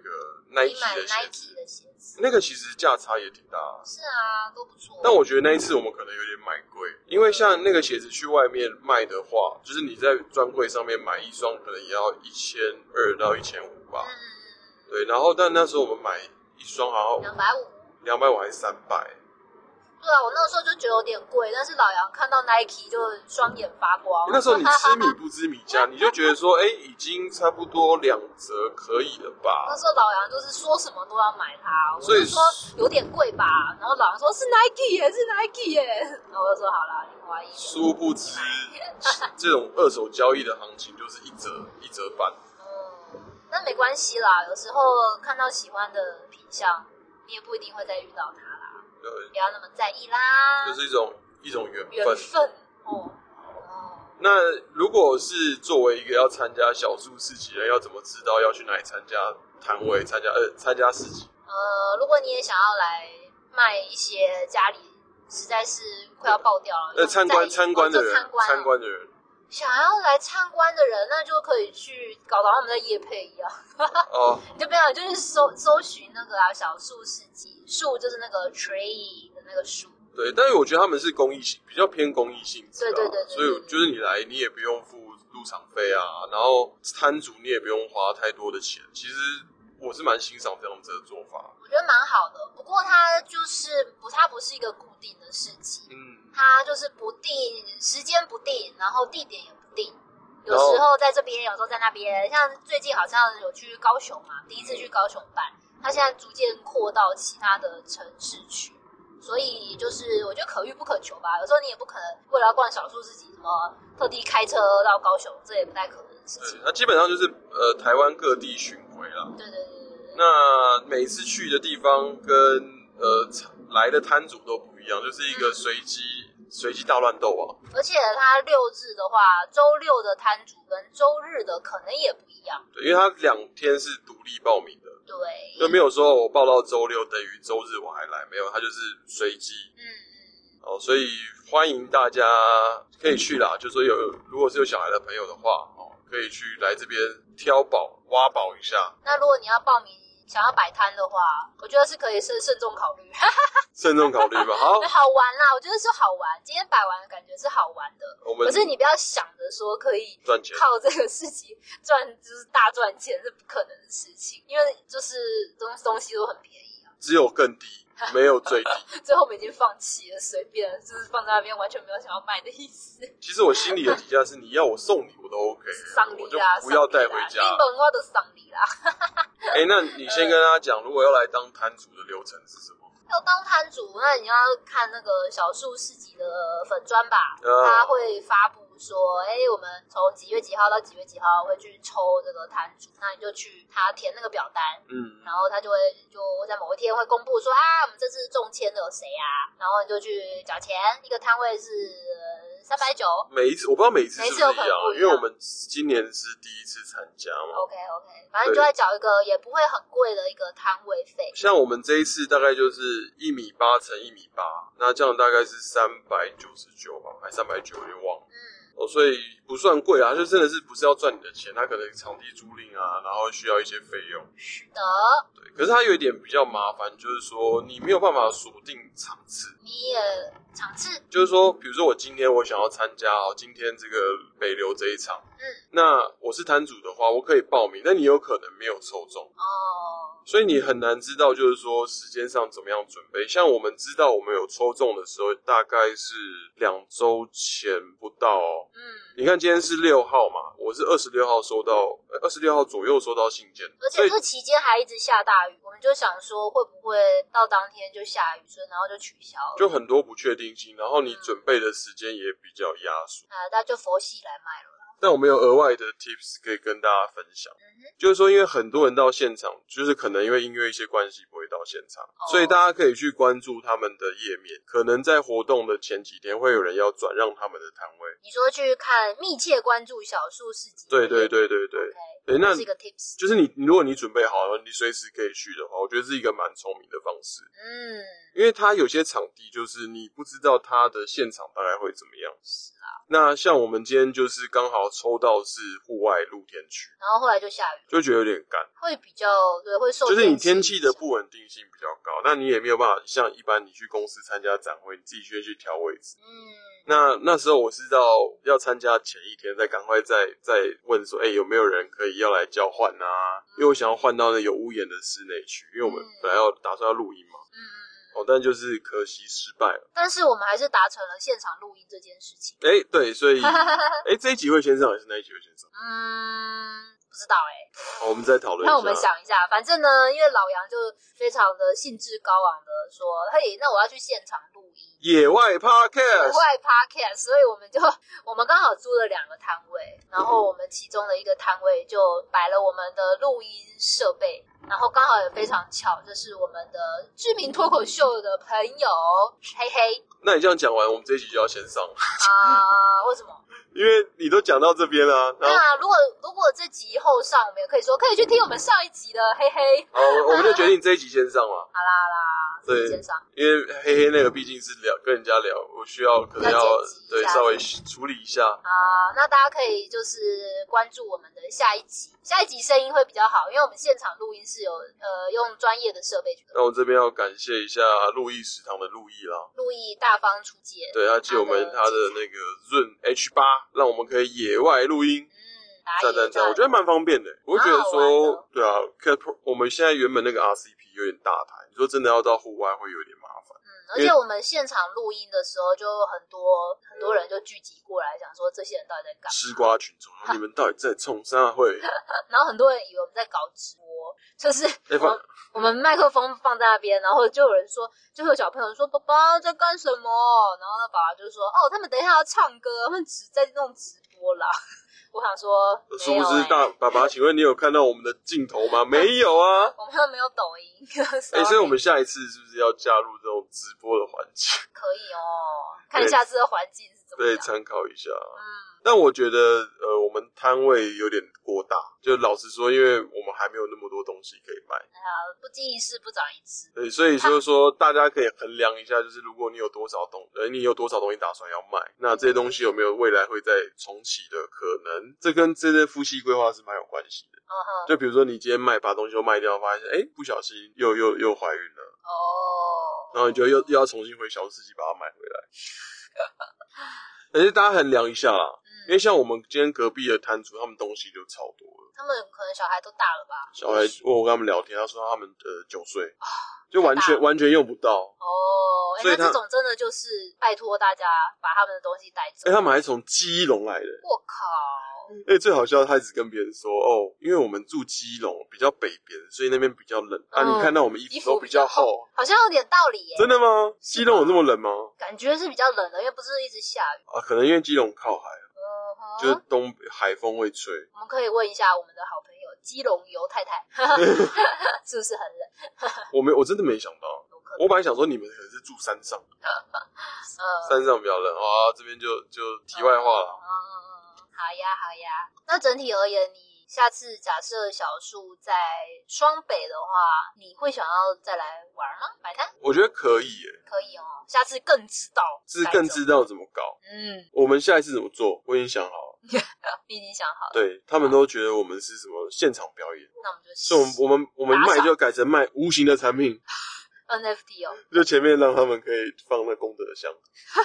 B: 个
A: 你
B: Nike
A: 买
B: 的鞋
A: Nike
B: 子，
A: 的鞋子，
B: 那个其实价差也挺大的。
A: 是啊，都不错。
B: 但我觉得那一次我们可能有点买贵，因为像那个鞋子去外面卖的话，就是你在专柜上面买一双，可能也要一千二到一千五吧
A: 嗯。
B: 对，然后但那时候我们买一双好像
A: 两百五，
B: 两百五还是三百？
A: 对啊，我那个时候就觉得有点贵，但是老杨看到 Nike 就双眼发光。
B: 那时 候你吃米不知米价，你就觉得说，哎、已经差不多两折可以了
A: 那
B: 吧？
A: 时候老杨就是说什么都要买它，我
B: 所以
A: 就说有点贵吧，然后老杨说是 Nike 耶，是 Nike 耶，然后我就说好啦，另外一点。
B: 殊不知，这种二手交易的行情就是一折一折半。
A: 嗯，那没关系啦，有时候看到喜欢的品相，你也不一定会再遇到它啦，
B: 对，
A: 不要那么在意啦，
B: 就是一种一种缘
A: 缘
B: 分。
A: 分哦。哦，
B: 那如果是作为一个要参加小数市集的人，要怎么知道要去哪里参加摊位、参加呃参加市集？
A: 呃，如果你也想要来卖一些家里实在是快要爆掉了，
B: 呃，参观
A: 在意
B: 参观的
A: 哦就
B: 人
A: 参观，啊
B: 参观的人，
A: 想要来参观的人，那就可以去搞到他们在夜配一样，
B: 哦，
A: 你就不要就是搜搜寻那个啊小树市集，树就是那个 tree 的那个树，
B: 对，但是我觉得他们是公益性，比较偏公益性质、啊，
A: 对对对对
B: 所以就是你来，你也不用付入场费啊，然后摊主你也不用花太多的钱。其实我是蛮欣赏这样子的做法。
A: 我觉得蛮好的。不过它就是不，它不是一个固定的市集，
B: 嗯，
A: 它就是不定时间不定，然后地点也不定。有
B: 然后
A: 时候在这边，有时候在那边。像最近好像有去高雄嘛，第一
B: 嗯
A: 次去高雄办，它现在逐渐扩到其他的城市去，所以就是我觉得可遇不可求吧。有时候你也不可能为了要逛小树自己什么特地开车到高雄，这也不太可能的事
B: 对
A: 情。，
B: 那基本上就是呃台湾各地巡回啦。
A: 对对对对对对。
B: 那每次去的地方跟呃来的摊主都不一样，就是一个
A: 嗯
B: 随机随机大乱斗啊。
A: 而且它六日的话，周六的摊主跟周日的可能也不一样。
B: 对，因为他两天是独立报名的，
A: 对，
B: 就没有说我报到周六等于周日我还来，没有，他就是随机。
A: 嗯嗯，
B: 哦，所以欢迎大家可以去啦，就说有如果是有小孩的朋友的话，哦，可以去来这边挑宝挖宝一下，
A: 那如果你要报名想要摆摊的话，我觉得是可以慎慎重考虑，
B: 哦慎重考虑吧。好，
A: 好玩啦，我觉得是好玩。今天摆完感觉是好玩的，
B: 我们
A: 可是你不要想着说可以
B: 赚钱，
A: 靠这个事情赚就是大赚钱是不可能的事情，因为就是东东西都很便宜啊。
B: 只有更低，没有最低。
A: 最后我们已经放弃了，随便就是放在那边，完全没有想要卖的意思。
B: 其实我心里的底价是，你要我送你我都 OK，
A: 丧礼
B: 我就
A: 啦，
B: 不要带回家。
A: 你本我的丧礼啊啦。
B: 哎、那你先跟大家讲，如果要来当摊主的流程是什么？
A: 要当摊主，那你要看那个小树市集的粉砖吧，
B: 嗯
A: 他会发布说，哎、我们从几月几号到几月几号会去抽这个摊主，那你就去他填那个表单。
B: 嗯，
A: 然后他就会就在某一天会公布说啊，我们这次中签的有谁啊？然后你就去缴钱，一个摊位是三百九
B: 每一次我不知道每一次是不是一
A: 每一次有可能不
B: 样，啊
A: 一
B: 因
A: 样哦
B: 为我们今年是第一次参加嘛。
A: ，OK OK，反正你就会缴一个也不会很贵的一个摊位费，
B: 像我们这一次大概就是一米八乘一米八，那这样大概是三百九十九吧，还三百九，我也忘了。
A: 嗯。
B: 哦，所以不算贵啊，就真的是不是要赚你的钱，他可能场地租赁啊，然后需要一些费用。
A: 是的，
B: 对，可是它有一点比较麻烦，就是说你没有办法锁定场次。
A: 你也场次，
B: 就是说，比如说我今天我想要参加哦，今天这个北流这一场，
A: 嗯，
B: 那我是摊主的话，我可以报名，但你有可能没有抽中。
A: 哦，
B: 所以你很难知道，就是说时间上怎么样准备。像我们知道我们有抽中的时候，大概是两周前不到、哦。
A: 嗯，
B: 你看今天是六号嘛，我是二十六号收到，二十六号左右收到信件，
A: 而
B: 所
A: 且
B: 以
A: 这期间还一直下大雨，我们就想说会不会到当天就下雨，所以然后就取消了。
B: 就很多不确定性。然后你准备的时间也比较压缩。
A: 啊，那就佛系来卖了啦。
B: 但我们有额外的 tips 可以跟大家分享，
A: 嗯
B: 就是说，因为很多人到现场，就是可能因为音乐一些关系不会到现场，
A: 哦
B: 所以大家可以去关注他们的页面。可能在活动的前几天，会有人要转让他们的摊位。
A: 你说去看，密切关注小树市集。
B: 对对对对对
A: OK，
B: 对，
A: 嗯哦
B: 那
A: 这是一个 tips。
B: 就是你，你如果你准备好了，你随时可以去的话，我觉得是一个蛮聪明的方式，
A: 嗯，
B: 因为它有些场地就是你不知道它的现场大概会怎么样。是啊。那像我们今天就是刚好抽到是户外露天区，
A: 然后后来就下雨，
B: 就觉得有点干。
A: 会比较对，会受
B: 就是你
A: 影
B: 天气的
A: 响
B: 不稳定性比较高，那你也没有办法像一般你去公司参加展会，你自己先去调位置。
A: 嗯，
B: 那那时候我是到要参加前一天，再赶快再再问说，哎、有没有人可以要来交换啊？因为我想要换到那有屋檐的室内去，因为我们
A: 嗯
B: 本来要打算要录音嘛。
A: 嗯嗯嗯
B: 哦，但就是可惜失败了。
A: 但是我们还是达成了现场录音这件事情。
B: 哎，对，所以哎这一集会先上还是那一集会先上？
A: 嗯，不知道哎、
B: 好，我们再讨论一下。
A: 那我们想一下，反正呢，因为老杨就非常的兴致高昂的说：“嘿，那我要去现场录音，
B: 野外
A: 户
B: podcast，
A: 外 podcast。”所以我们就我们刚好租了两个摊位，然后我们其中的一个摊位就摆了我们的录音设备，然后刚好也非常巧，这是我们的知名脱口秀的朋友嘿嘿
B: 那你这样讲完，我们这一集就要先上了，
A: 啊、为什么？
B: 因为你都讲到这边啦、然后。
A: 那如果如果这集后上，我们也可以说可以去听我们上一集的嘿嘿。
B: 好，我们就决定这一集先上嘛，
A: 好啦好啦，
B: 对
A: 自己先上。
B: 因为黑黑那个毕竟是聊跟人家聊，我需要可能要
A: 要剪辑一
B: 对
A: 下
B: 稍微处理一下。
A: 啊、那大家可以就是关注我们的下一集，下一集声音会比较好，因为我们现场录音是有呃用专业的设备去
B: 那我这边要感谢一下路易食堂的路易啦，
A: 录音，大方出借。
B: 对他借我们他的那个润 H 八，让我们可以野外录音，
A: 嗯，打野
B: 赞赞赞，我觉得蛮方便的。我会觉得
A: 蛮好玩
B: 说，对啊，可我们现在原本那个 RCP 有点大台，你说真的要到户外会有点麻烦。
A: 嗯，而且我们现场录音的时候，就很多很多人就聚集过来，想说这些人到底在干
B: 吃瓜群众，你们到底在冲啥 会？
A: 嘛？然后很多人以为我们在搞直播，就是
B: 哎
A: 我们
B: 放
A: 我们麦克风放在那边，然后就有人说，就会有小朋友说：“爸爸在干什么？”然后呢，爸爸就说：“哦，他们等一下要唱歌，他们只在弄直播啦。” 我想说，
B: 殊
A: 没有、
B: 不知
A: 欸，
B: 大爸爸，请问你有看到我们的镜头吗？没有啊。
A: 我们又没有抖音，
B: 哎、
A: 哎
B: 所以我们下一次是不是要加入这种直播的环节？
A: 可以哦，看下次的环境是怎么
B: 对，
A: 样。
B: 参考一下。啊
A: 嗯，
B: 但我觉得，呃，我们摊位有点过大。就老实说，因为我们还没有那么多东西可以卖，
A: 哎呀，不经一事不长一智。
B: 对，所 以就是说，大家可以衡量一下，就是如果你有多少东，呃，你有多少东西打算要卖，那这些东西有没有未来会再重启的可能？这跟这些夫妻规划是蛮有关系的。
A: 嗯哼，
B: 就比如说，你今天卖把东西都卖掉，发现哎、不小心又又又怀孕了，
A: 哦，
B: 然后你就又又要重新回小市集把它买回来。而且大家衡量一下啦，因为
A: 嗯，
B: 像我们今天隔壁的摊主，他们东西就超多了。
A: 他们可能小孩都大了吧？
B: 小孩我跟他们聊天，他说他们呃九岁，就完
A: 太大
B: 全
A: 了
B: 完全用不到。
A: 哦，哎、
B: 所以
A: 那
B: 他
A: 这种真的就是拜托大家把他们的东西带走。
B: 哎、他们还从基隆来的。
A: 我靠！
B: 哎、最好笑的，他一直跟别人说哦，因为我们住基隆比较北边，所以那边比较冷、
A: 嗯
B: 啊。你看到我们衣
A: 衣
B: 服
A: 服
B: 都比较厚，
A: 好像有点道理耶，
B: 真的吗？
A: 是
B: 基隆有这么冷吗？
A: 感觉是比较冷的，因为不是一直下雨。
B: 啊，可能因为基隆靠海，
A: 嗯哼，
B: 就是东北海风会吹。
A: 我们可以问一下我们的好朋友基隆尤太 太，是不是很冷？
B: 我没我真的没想到，
A: 有可能，
B: 我本来想说你们可能是住山上，
A: 嗯
B: 山上比较冷啊。这边就就题外话了。
A: 嗯嗯嗯，好呀好呀。那整体而言，你下次假设小树在双北的话，你会想要再来玩吗？摆摊
B: 我觉得可以、耶。
A: 可以哦，下次更知道，
B: 是更知道怎么搞。
A: 嗯，
B: 我们下一次怎么做，我已经想好了。
A: 你已经想好了，
B: 对他们都觉得我们是什么现场表演，
A: 那我们就
B: 所以我们我们我们
A: 打赏
B: 卖就改成卖无形的产品，
A: NFT 哦，
B: 就前面让他们可以放那功德箱。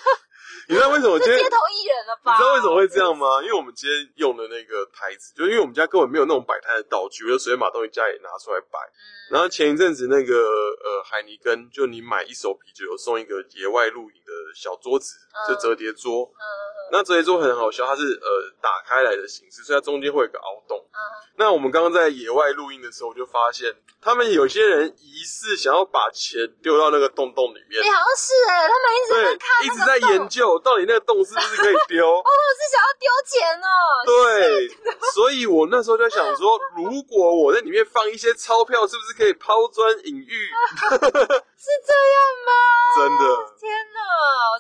B: 你知道为什么我今
A: 这
B: 天？
A: 街
B: 你
A: 头艺人了吧？
B: 知道为什么会这样吗？因为我们今天用的那个台子，就因为我们家根本没有那种摆摊的道具，我就随便把东西家里拿出来摆。
A: 嗯？
B: 然后前一阵子那个呃海尼根，就你买一手啤酒送一个野外露营的小桌子，就折叠桌。
A: 嗯嗯
B: 那折叠桌很好笑，它是呃打开来的形式，所以它中间会有一个凹洞。
A: 嗯嗯
B: 那我们刚刚在野外录音的时候，我就发现他们有些人疑似想要把钱丢到那个洞洞里面
A: 哎、，好像是哎、他们一直在
B: 对
A: 看，
B: 一
A: 那
B: 直
A: 个
B: 在
A: 洞
B: 研究到底那个洞是不是可以丢。
A: 我是想要丢钱哦。
B: 对，所以我那时候就想说，如果我在里面放一些钞票，是不是可以抛砖引玉？
A: 是这样吗？
B: 真的，
A: 天哪！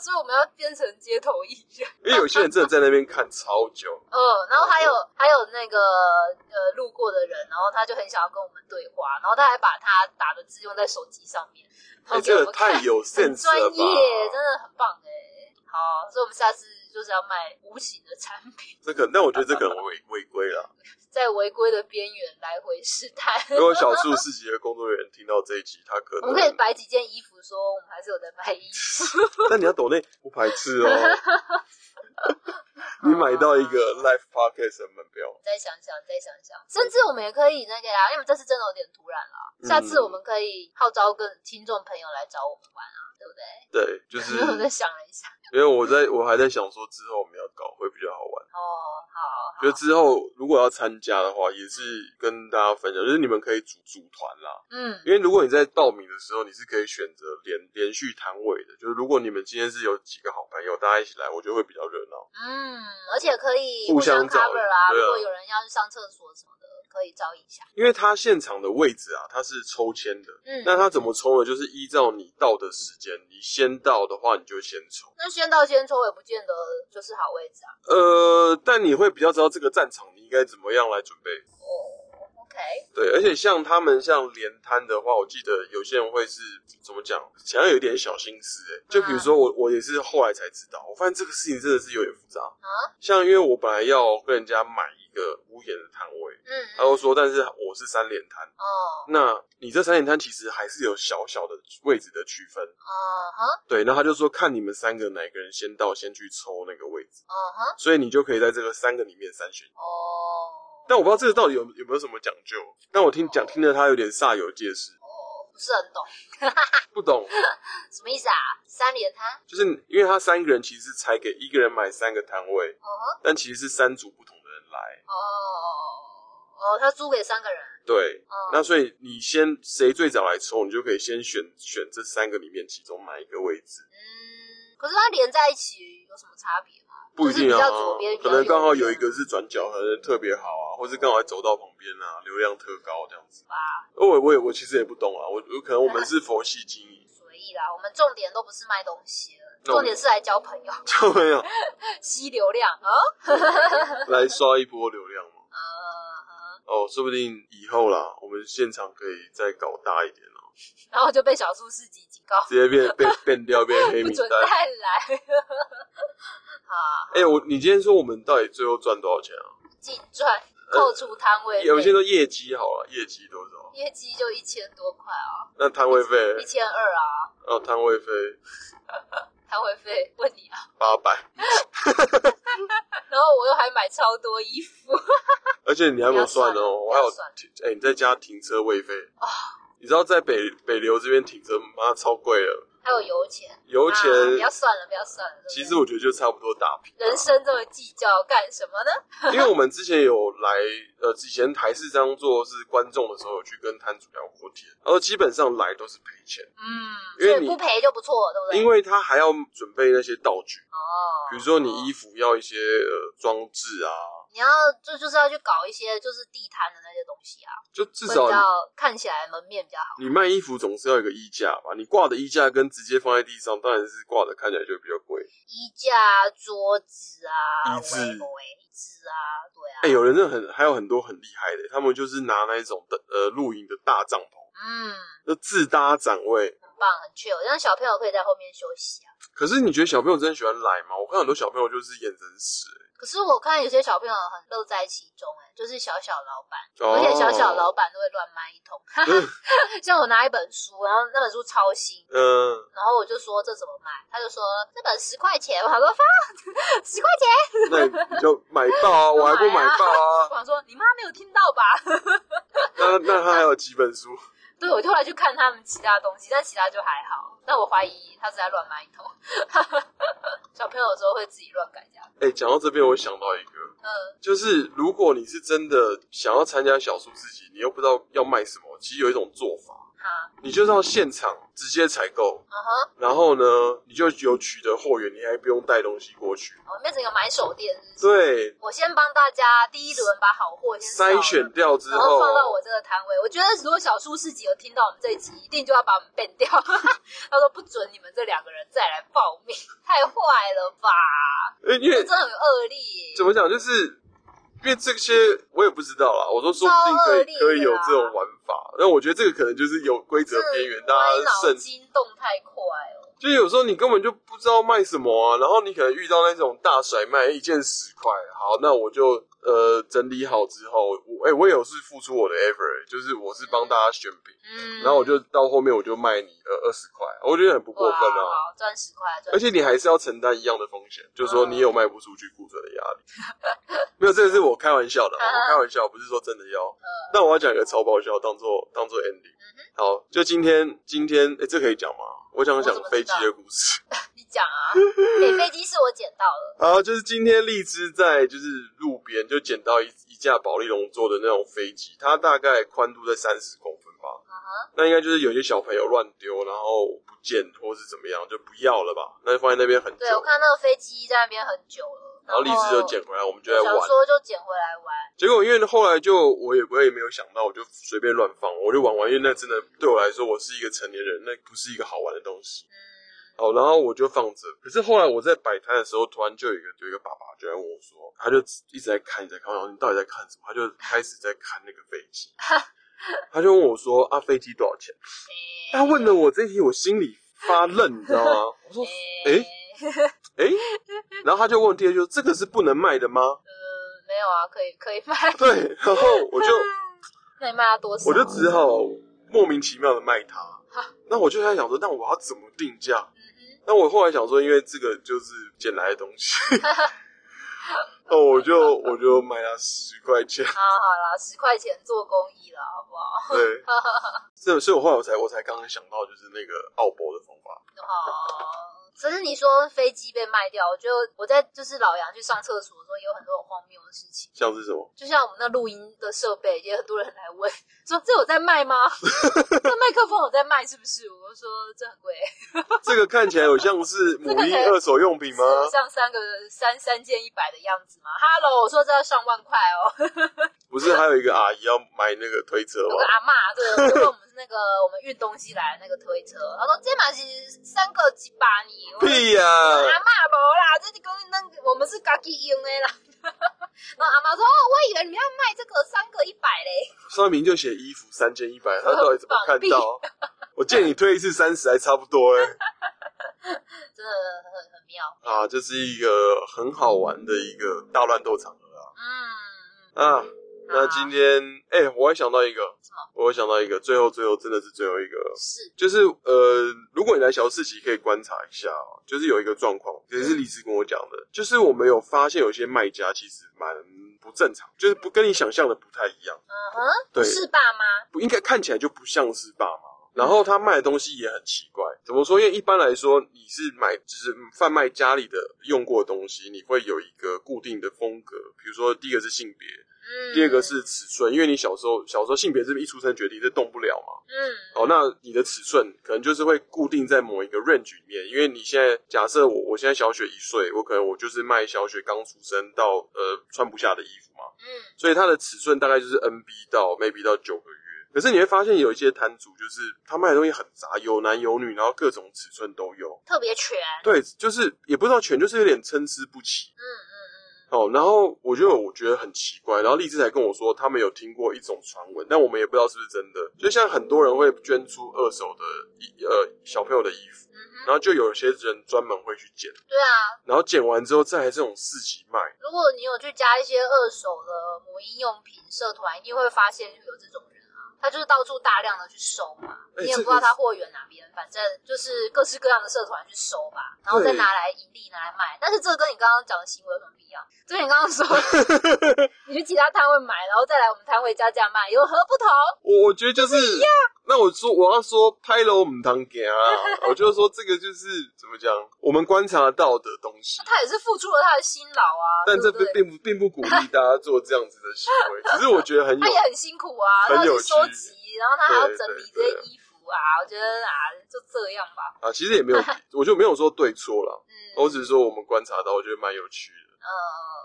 A: 所以我们要变成街头艺人。
B: 因为有些人真的在那边看超久。
A: 嗯，然后还有还有那个呃路过的人，然后他就很想要跟我们对话，然后他还把他打的字用在手机上面，然后
B: 哎，
A: 给我
B: 这
A: 们
B: 个
A: 看，
B: 太有
A: 很
B: sense
A: 啊专
B: 了
A: 业，
B: 吧？
A: 真的很棒哎。好，所以我们下次就是要卖无形的产品，
B: 这可，但我觉得这可能违违规 了。
A: 在违规的边缘来回试探。
B: 如果小树市集的工作人员听到这一集，他可
A: 我们可以
B: 能，
A: 摆几件衣服，说我们 还是有在卖衣服。
B: 那你要抖内不排斥哦。你买到一个 Live Podcast 的门票，
A: 再想想，再想想，甚至我们也可以那个啦，因为这次真的有点突然啦，
B: 嗯
A: 下次我们可以号召更听众朋友来找我们玩啊，对不对？
B: 对，就是
A: 我在想了一下，
B: 因为我在我还在想说之后我们要搞会比较好玩，
A: 哦，好，
B: 就之后如果要参加的话，也是跟大家分享，就是你们可以组组团啦，
A: 嗯，
B: 因为如果你在报名的时候，你是可以选择连连续摊位的，就是如果你们今天是有几个好朋友大家一起来，我觉得会比较热闹。
A: 嗯，而且可以
B: 互相
A: 相
B: 找
A: cover 啊，
B: 对啊
A: 如果有人要去上厕所什么的，可以照应一下。
B: 因为它现场的位置啊，它是抽签的，
A: 嗯，
B: 那它怎么抽呢？就是依照你到的时间，你先到的话，你就先抽。
A: 那先到先抽也不见得就是好位置啊。
B: 呃，但你会比较知道这个战场你应该怎么样来准备。
A: OK，
B: 对，而且像他们像连摊的话，我记得有些人会是怎么讲，想要有点小心思、欸。就比如说
A: 嗯
B: 我，我也是后来才知道，我发现这个事情真的是有点复杂。
A: 啊，
B: 像因为我本来要跟人家买一个屋檐的摊位，
A: 嗯，
B: 他就说，但是我是三连摊，
A: 哦，
B: 那你这三连摊其实还是有小小的位置的区分。
A: 哦，哼，
B: 对，然后他就说看你们三个哪个人先到，先去抽那个位置，
A: 哦，哼，
B: 所以你就可以在这个三个里面三选。
A: 哦，
B: 但我不知道这个到底有有没有什么讲究，但我听讲听得他有点煞有介事，
A: 哦，不是很懂，
B: 不懂，
A: 什么意思啊？三连摊？
B: 就是因为他三个人其实是才给一个人买三个摊位，
A: 哦，哼，
B: 但其实是三组不同的人来，
A: 哦，哦，他租给三个人。
B: 对，
A: 哦，
B: 那所以你先谁最早来抽，你就可以先选选这三个里面其中买一个位置，
A: 嗯，可是它连在一起有什么差别吗？
B: 不一定
A: 就是比
B: 啊
A: 较左边，比较
B: 可能刚好有一个是转角，可能特别好啊，或是刚好在走道旁边啊，流量特高这样子。哦我我也我其实也不懂啊，我我可能我们是佛系经营，
A: 随意啦，我们重点都不是卖东西了，
B: 那我
A: 重
B: 们
A: 点是来交朋友、
B: 就没有
A: 吸流量啊。
B: 来刷一波流量嘛。
A: 呃，
B: 哦，说不定以后啦，我们现场可以再搞大一点哦，
A: 然后就被小树市集警告，
B: 直接变变变掉变黑
A: 不
B: 名
A: 准
B: 单。
A: 再来。啊，
B: 哎、我你今天说我们到底最后赚多少钱啊？
A: 净赚扣除摊位
B: 有些
A: 费，
B: 都业绩好了，业绩多少？
A: 业绩就一千多块啊，
B: 那摊位费，
A: 一千二啊，
B: 哦，摊位费
A: 摊位费问你啊。
B: 八百，
A: 然后我又还买超多衣服，
B: 而且你还没有算
A: 不要算
B: 哦，我还有
A: 不要算哦
B: 停，哎、你再加停车位费你知道在北北流这边停车，妈超贵了，
A: 还有油钱。
B: 油钱、
A: 啊不要算了，不要算了。对不对
B: 其实我觉得就差不多打平。啊
A: 人生这么计较干什么呢？
B: 因为我们之前有来，呃，之前台视当做是观众的时候，有去跟摊主聊过天，然后基本上来都是赔钱，
A: 嗯，
B: 因为
A: 所以
B: 你
A: 不赔就不错，对不对？
B: 因为他还要准备那些道具，
A: 哦，
B: 比如说你衣服要一些呃装置啊，
A: 你要就就是要去搞一些就是地摊的那些东西啊，
B: 就至
A: 会
B: 少
A: 比较看起来门面比较好。
B: 你卖衣服总是要有一个衣架吧，你挂的衣架跟直接放在地上，当然是挂的看起来就比较贵。
A: 衣架、桌子啊，
B: 椅子
A: 围围椅子啊，对啊，
B: 哎、有人真的很，还有很多很厉害的，欸他们就是拿那一种的呃露营的大帐篷，
A: 嗯，
B: 就自搭展位，
A: 很棒，很 chill，让小朋友可以在后面休息啊。
B: 可是你觉得小朋友真的喜欢来吗？我看很多小朋友就是眼神死、
A: 可是我看有些小朋友很乐在其中、哎，就是小小老板，而
B: 哦
A: 且小小老板都会乱卖一通。 像我拿一本书，然后那本书超新，
B: 嗯、
A: 然后我就说这怎么卖，他就说这本十块钱，我想说放十块钱，
B: 那你就买 爆啊，我还不买爆
A: 我
B: 啊？
A: 想说你妈没有听到吧？
B: 那那他还有几本书？
A: 对，我就后来去看他们其他东西，但其他就还好。但我怀疑他是在乱卖一通。 小朋友有时候会自己乱改价格。
B: 哎、讲到这边，我想到一个，
A: 嗯，
B: 就是如果你是真的想要参加小数自己，你又不知道要卖什么，其实有一种做法，
A: 好，
B: 你就到现场直接采购，
A: 嗯哼，
B: 然后呢，你就有取得货源，你还不用带东西过去。
A: 我们变成一个买手店，是不是？
B: 对，
A: 我先帮大家第一轮把好货先扫了
B: 筛选，掉之
A: 然后
B: 后，
A: 放到我这个摊位。我觉得如果小叔市集有听到我们这一集，一定就要把我们 ban 掉。 他说不准你们这两个人再来报名，太坏了吧？
B: 哎因为
A: 这很恶劣。
B: 怎么讲，就是因为这些我也不知道啦。我说说不定
A: 超
B: 可
A: 恶
B: 以
A: 劣
B: 可以有
A: 啊
B: 这种玩法，那我觉得这个可能就是有规则
A: 这
B: 边缘，大家
A: 歪脑
B: 慎
A: 筋动太快哦。
B: 就有时候你根本就不知道卖什么啊，然后你可能遇到那种大甩卖，一件十块，好，那我就呃整理好之后，我哎、我也有是付出我的 effort，就是欸我是帮大家选品，
A: 嗯，
B: 然后我就到后面我就卖你呃二十块，我觉得很不过分
A: 哇
B: 啊。
A: 好赚十块，赚
B: 而且你还是要承担一样的风险，就是
A: 嗯
B: 说你有卖不出去库存的压力。 没有，这个是我开玩笑的，
A: 嗯
B: 我开玩笑，不是说真的要。那我要讲一个超爆笑，当做当做 ending。好，
A: 嗯
B: 就今天今天，哎，这可以讲吗？我想
A: 我
B: 讲
A: 怎么知
B: 飞机
A: 道
B: 的故事。
A: 你讲啊，哎，飞机是我捡到了，
B: 好，就是今天荔枝在就是路边就捡到一一架保利龙做的那种飞机，它大概宽度在三十公分吧。
A: 啊
B: 那应该就是有些小朋友乱丢，然后不见或是怎么样，就不要了吧？那就放在那边很久
A: 对，我看那个飞机在那边很久了，
B: 然后荔枝就捡回来，我们就在玩
A: 想。说就捡回来玩，
B: 结果因为后来就我也我也没有想到，我就随便乱放，我就玩玩，因为那真的对我来说，我是一个成年人，那不是一个好玩的东西。好，然后我就放着。可是后来我在摆摊的时候，突然就有一个有一个爸爸就来问我说，他就一直在看，一直在看，我说你到底在看什么？他就开始在看那个飞机，他就问我说啊，飞机多少钱？
A: 哎
B: 他问了我这一题，我心里发愣，你知道吗？ 我说哎
A: 哎，
B: 哎、然后他就问第二句，这个是不能卖的吗？
A: 呃，没有啊，可以可以卖，
B: 对，然后 我就。
A: 那你卖他多少？
B: 我就只好莫名其妙的卖它。那我就在想说，那我要怎么定价？那我后来想说，因为这个就是捡来的东西， 哦，我就我就卖它十块钱。
A: 好好啦，十块钱做公益了，好不好？
B: 对，这所以我后来我才我才刚刚想到，就是那个奥博的方法。
A: 哦，只是你说飞机被卖掉，我就我在就是老杨去上厕所的时候，也有很多很荒谬的事情。
B: 像是什么？
A: 就像我们那录音的设备，也有很多人来问说：“这有在卖 吗？这麦克风有在卖是不是？”我就说：“这很贵，
B: 这个看起来有像是母婴二手用 品吗？
A: 像三个三三件一百的样子吗？”Hello，我说这要上万块哦。
B: 不是，还有一个阿姨要买那个推车
A: 有
B: 吗
A: 个？阿嬷，对，就问我们是那个我们运东西来的那个推车，她说：“这嘛是三个几把你。”我说
B: 屁啊呀、
A: 阿妈无啦，这是讲那我们是家己用的啦。 然后阿妈说：“哦，我以为你们要卖这个三个一百嘞。
B: 上面就写衣服三千一百，他到底怎么看到？ 我见你推一次三十还差不多 哎、”
A: 真的很很妙。
B: 啊，这是一个很好玩的一个大乱斗场合啊。
A: 嗯，
B: 啊，那今天哎、我还想到一个
A: 什么，
B: 我还想到一个，最后最后真的是最后一个，
A: 是
B: 就是呃，如果你来小市集可以观察一下哦，就是有一个状况，也
A: 嗯
B: 是李志跟我讲的，就是我们有发现有些卖家其实蛮不正常，就是不跟你想象的不太一样，
A: 嗯哼，
B: 对，
A: 是爸妈，
B: 不应该看起来就不像是爸妈。然后他卖的东西也很奇怪，怎么说？因为一般来说，你是买就是贩卖家里的用过的东西，你会有一个固定的风格，比如说第一个是性别，
A: 嗯，
B: 第二个是尺寸，因为你小时候小时候性别这边一出生决定，这动不了嘛。
A: 嗯
B: 哦，那你的尺寸可能就是会固定在某一个 range 里面，因为你现在假设我我现在小雪一岁，我可能我就是卖小雪刚出生到呃穿不下的衣服嘛，
A: 嗯
B: 所以它的尺寸大概就是 NB 到 maybe 到九个月。可是你会发现有一些摊主，就是他卖的东西很杂，有男有女，然后各种尺寸都有。
A: 特别全，
B: 对，就是也不知道全，就是有点参差不齐。
A: 嗯嗯嗯，
B: 哦，然后我就我觉得很奇怪，然后荔枝才跟我说，他们有听过一种传闻，但我们也不知道是不是真的。就像很多人会捐出二手的衣呃小朋友的衣服，
A: 嗯哼，
B: 然后就有些人专门会去捡，
A: 对啊，
B: 然后捡完之后再来这种市集卖。
A: 如果你有去加一些二手的母婴用品社团，一定会发现有这种人啊，他就是到处大量的去收嘛。
B: 哎
A: 你也
B: 这
A: 不知
B: 个
A: 道他货源哪边，反正就是各式各样的社团去收吧，然后再拿来盈利拿来卖。但是这跟你刚刚讲的行为有什么不一样？就跟你刚刚说， 你去其他摊位买，然后再来我们摊位加价卖，有何不同？
B: 我我觉得就是，那我说我要说拍楼母汤给啊，我就说这个就是怎么讲，我们观察到的东西，
A: 他也是付出了他的辛劳啊，
B: 但这
A: 对不
B: 并
A: 对？
B: 并不并不鼓励大家做这样子的行为，只是我觉得很有
A: 他也很辛苦啊，
B: 很
A: 他要
B: 有
A: 去收
B: 趣
A: 集，然后他还要
B: 对
A: 整
B: 对
A: 理这
B: 对
A: 些衣服啊，我觉得啊，就这样吧。
B: 啊，其实也没 有，我就没有说对错啦，
A: 嗯，
B: 我只是说我们观察到，我觉得蛮有趣的。
A: 呃，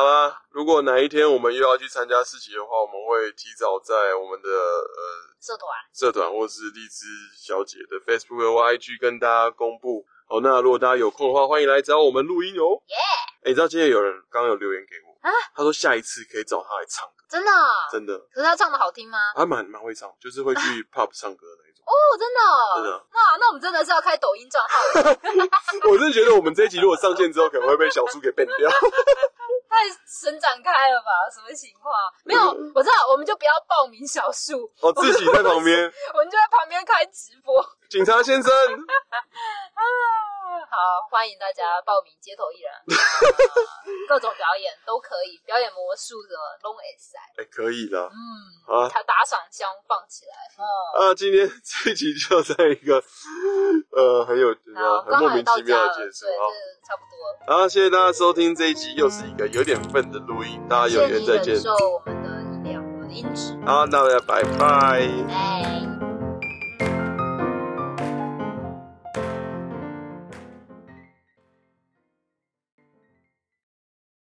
B: 好啦，如果哪一天我们又要去参加市集的话，我们会提早在我们的呃
A: 社团
B: 社团或是荔枝小姐的 Facebook 或 IG 跟大家公布。哦，那如果大家有空的话，欢迎来找我们录音哦。
A: 耶
B: 哎、你知道今天有人刚刚有留言给我，
A: 啊
B: 他说下一次可以找他来唱歌，
A: 真的啊，
B: 真的，
A: 可是他唱的好听吗？
B: 他蛮蛮会唱，就是会去 pub 唱歌的那种。
A: 啊哦，真的哦，
B: 真的
A: 那那我们真的是要开抖音账号了，
B: 我真的觉得我们这一集如果上线之后，可能会被小树给 ban 掉。
A: 太伸展开了吧？什么情况？没有，
B: 嗯
A: 我知道，我们就不要报名小树，
B: 哦，自己在旁边，
A: 我们就在旁边开直播。
B: 警察先生，
A: 啊，好，欢迎大家报名街头艺人，啊各种表演都可以，表演魔术的都会塞。
B: 哎、可以啦，
A: 嗯，
B: 啊
A: 他打赏箱放起来，嗯，
B: 啊，今天这一集就在一个呃很有
A: 好，
B: 很
A: 刚
B: 莫
A: 好也
B: 名
A: 到
B: 其
A: 家
B: 妙
A: 了，
B: 的
A: 对，
B: 结束
A: 这差不多。
B: 好，好，谢谢大家收听这一集，又是一个有点笨的录音，大家
A: 谢
B: 有
A: 谢
B: 缘
A: 你
B: 再见
A: 忍，受我们的音量，我们的音质，
B: 好，大家拜拜。
A: 拜。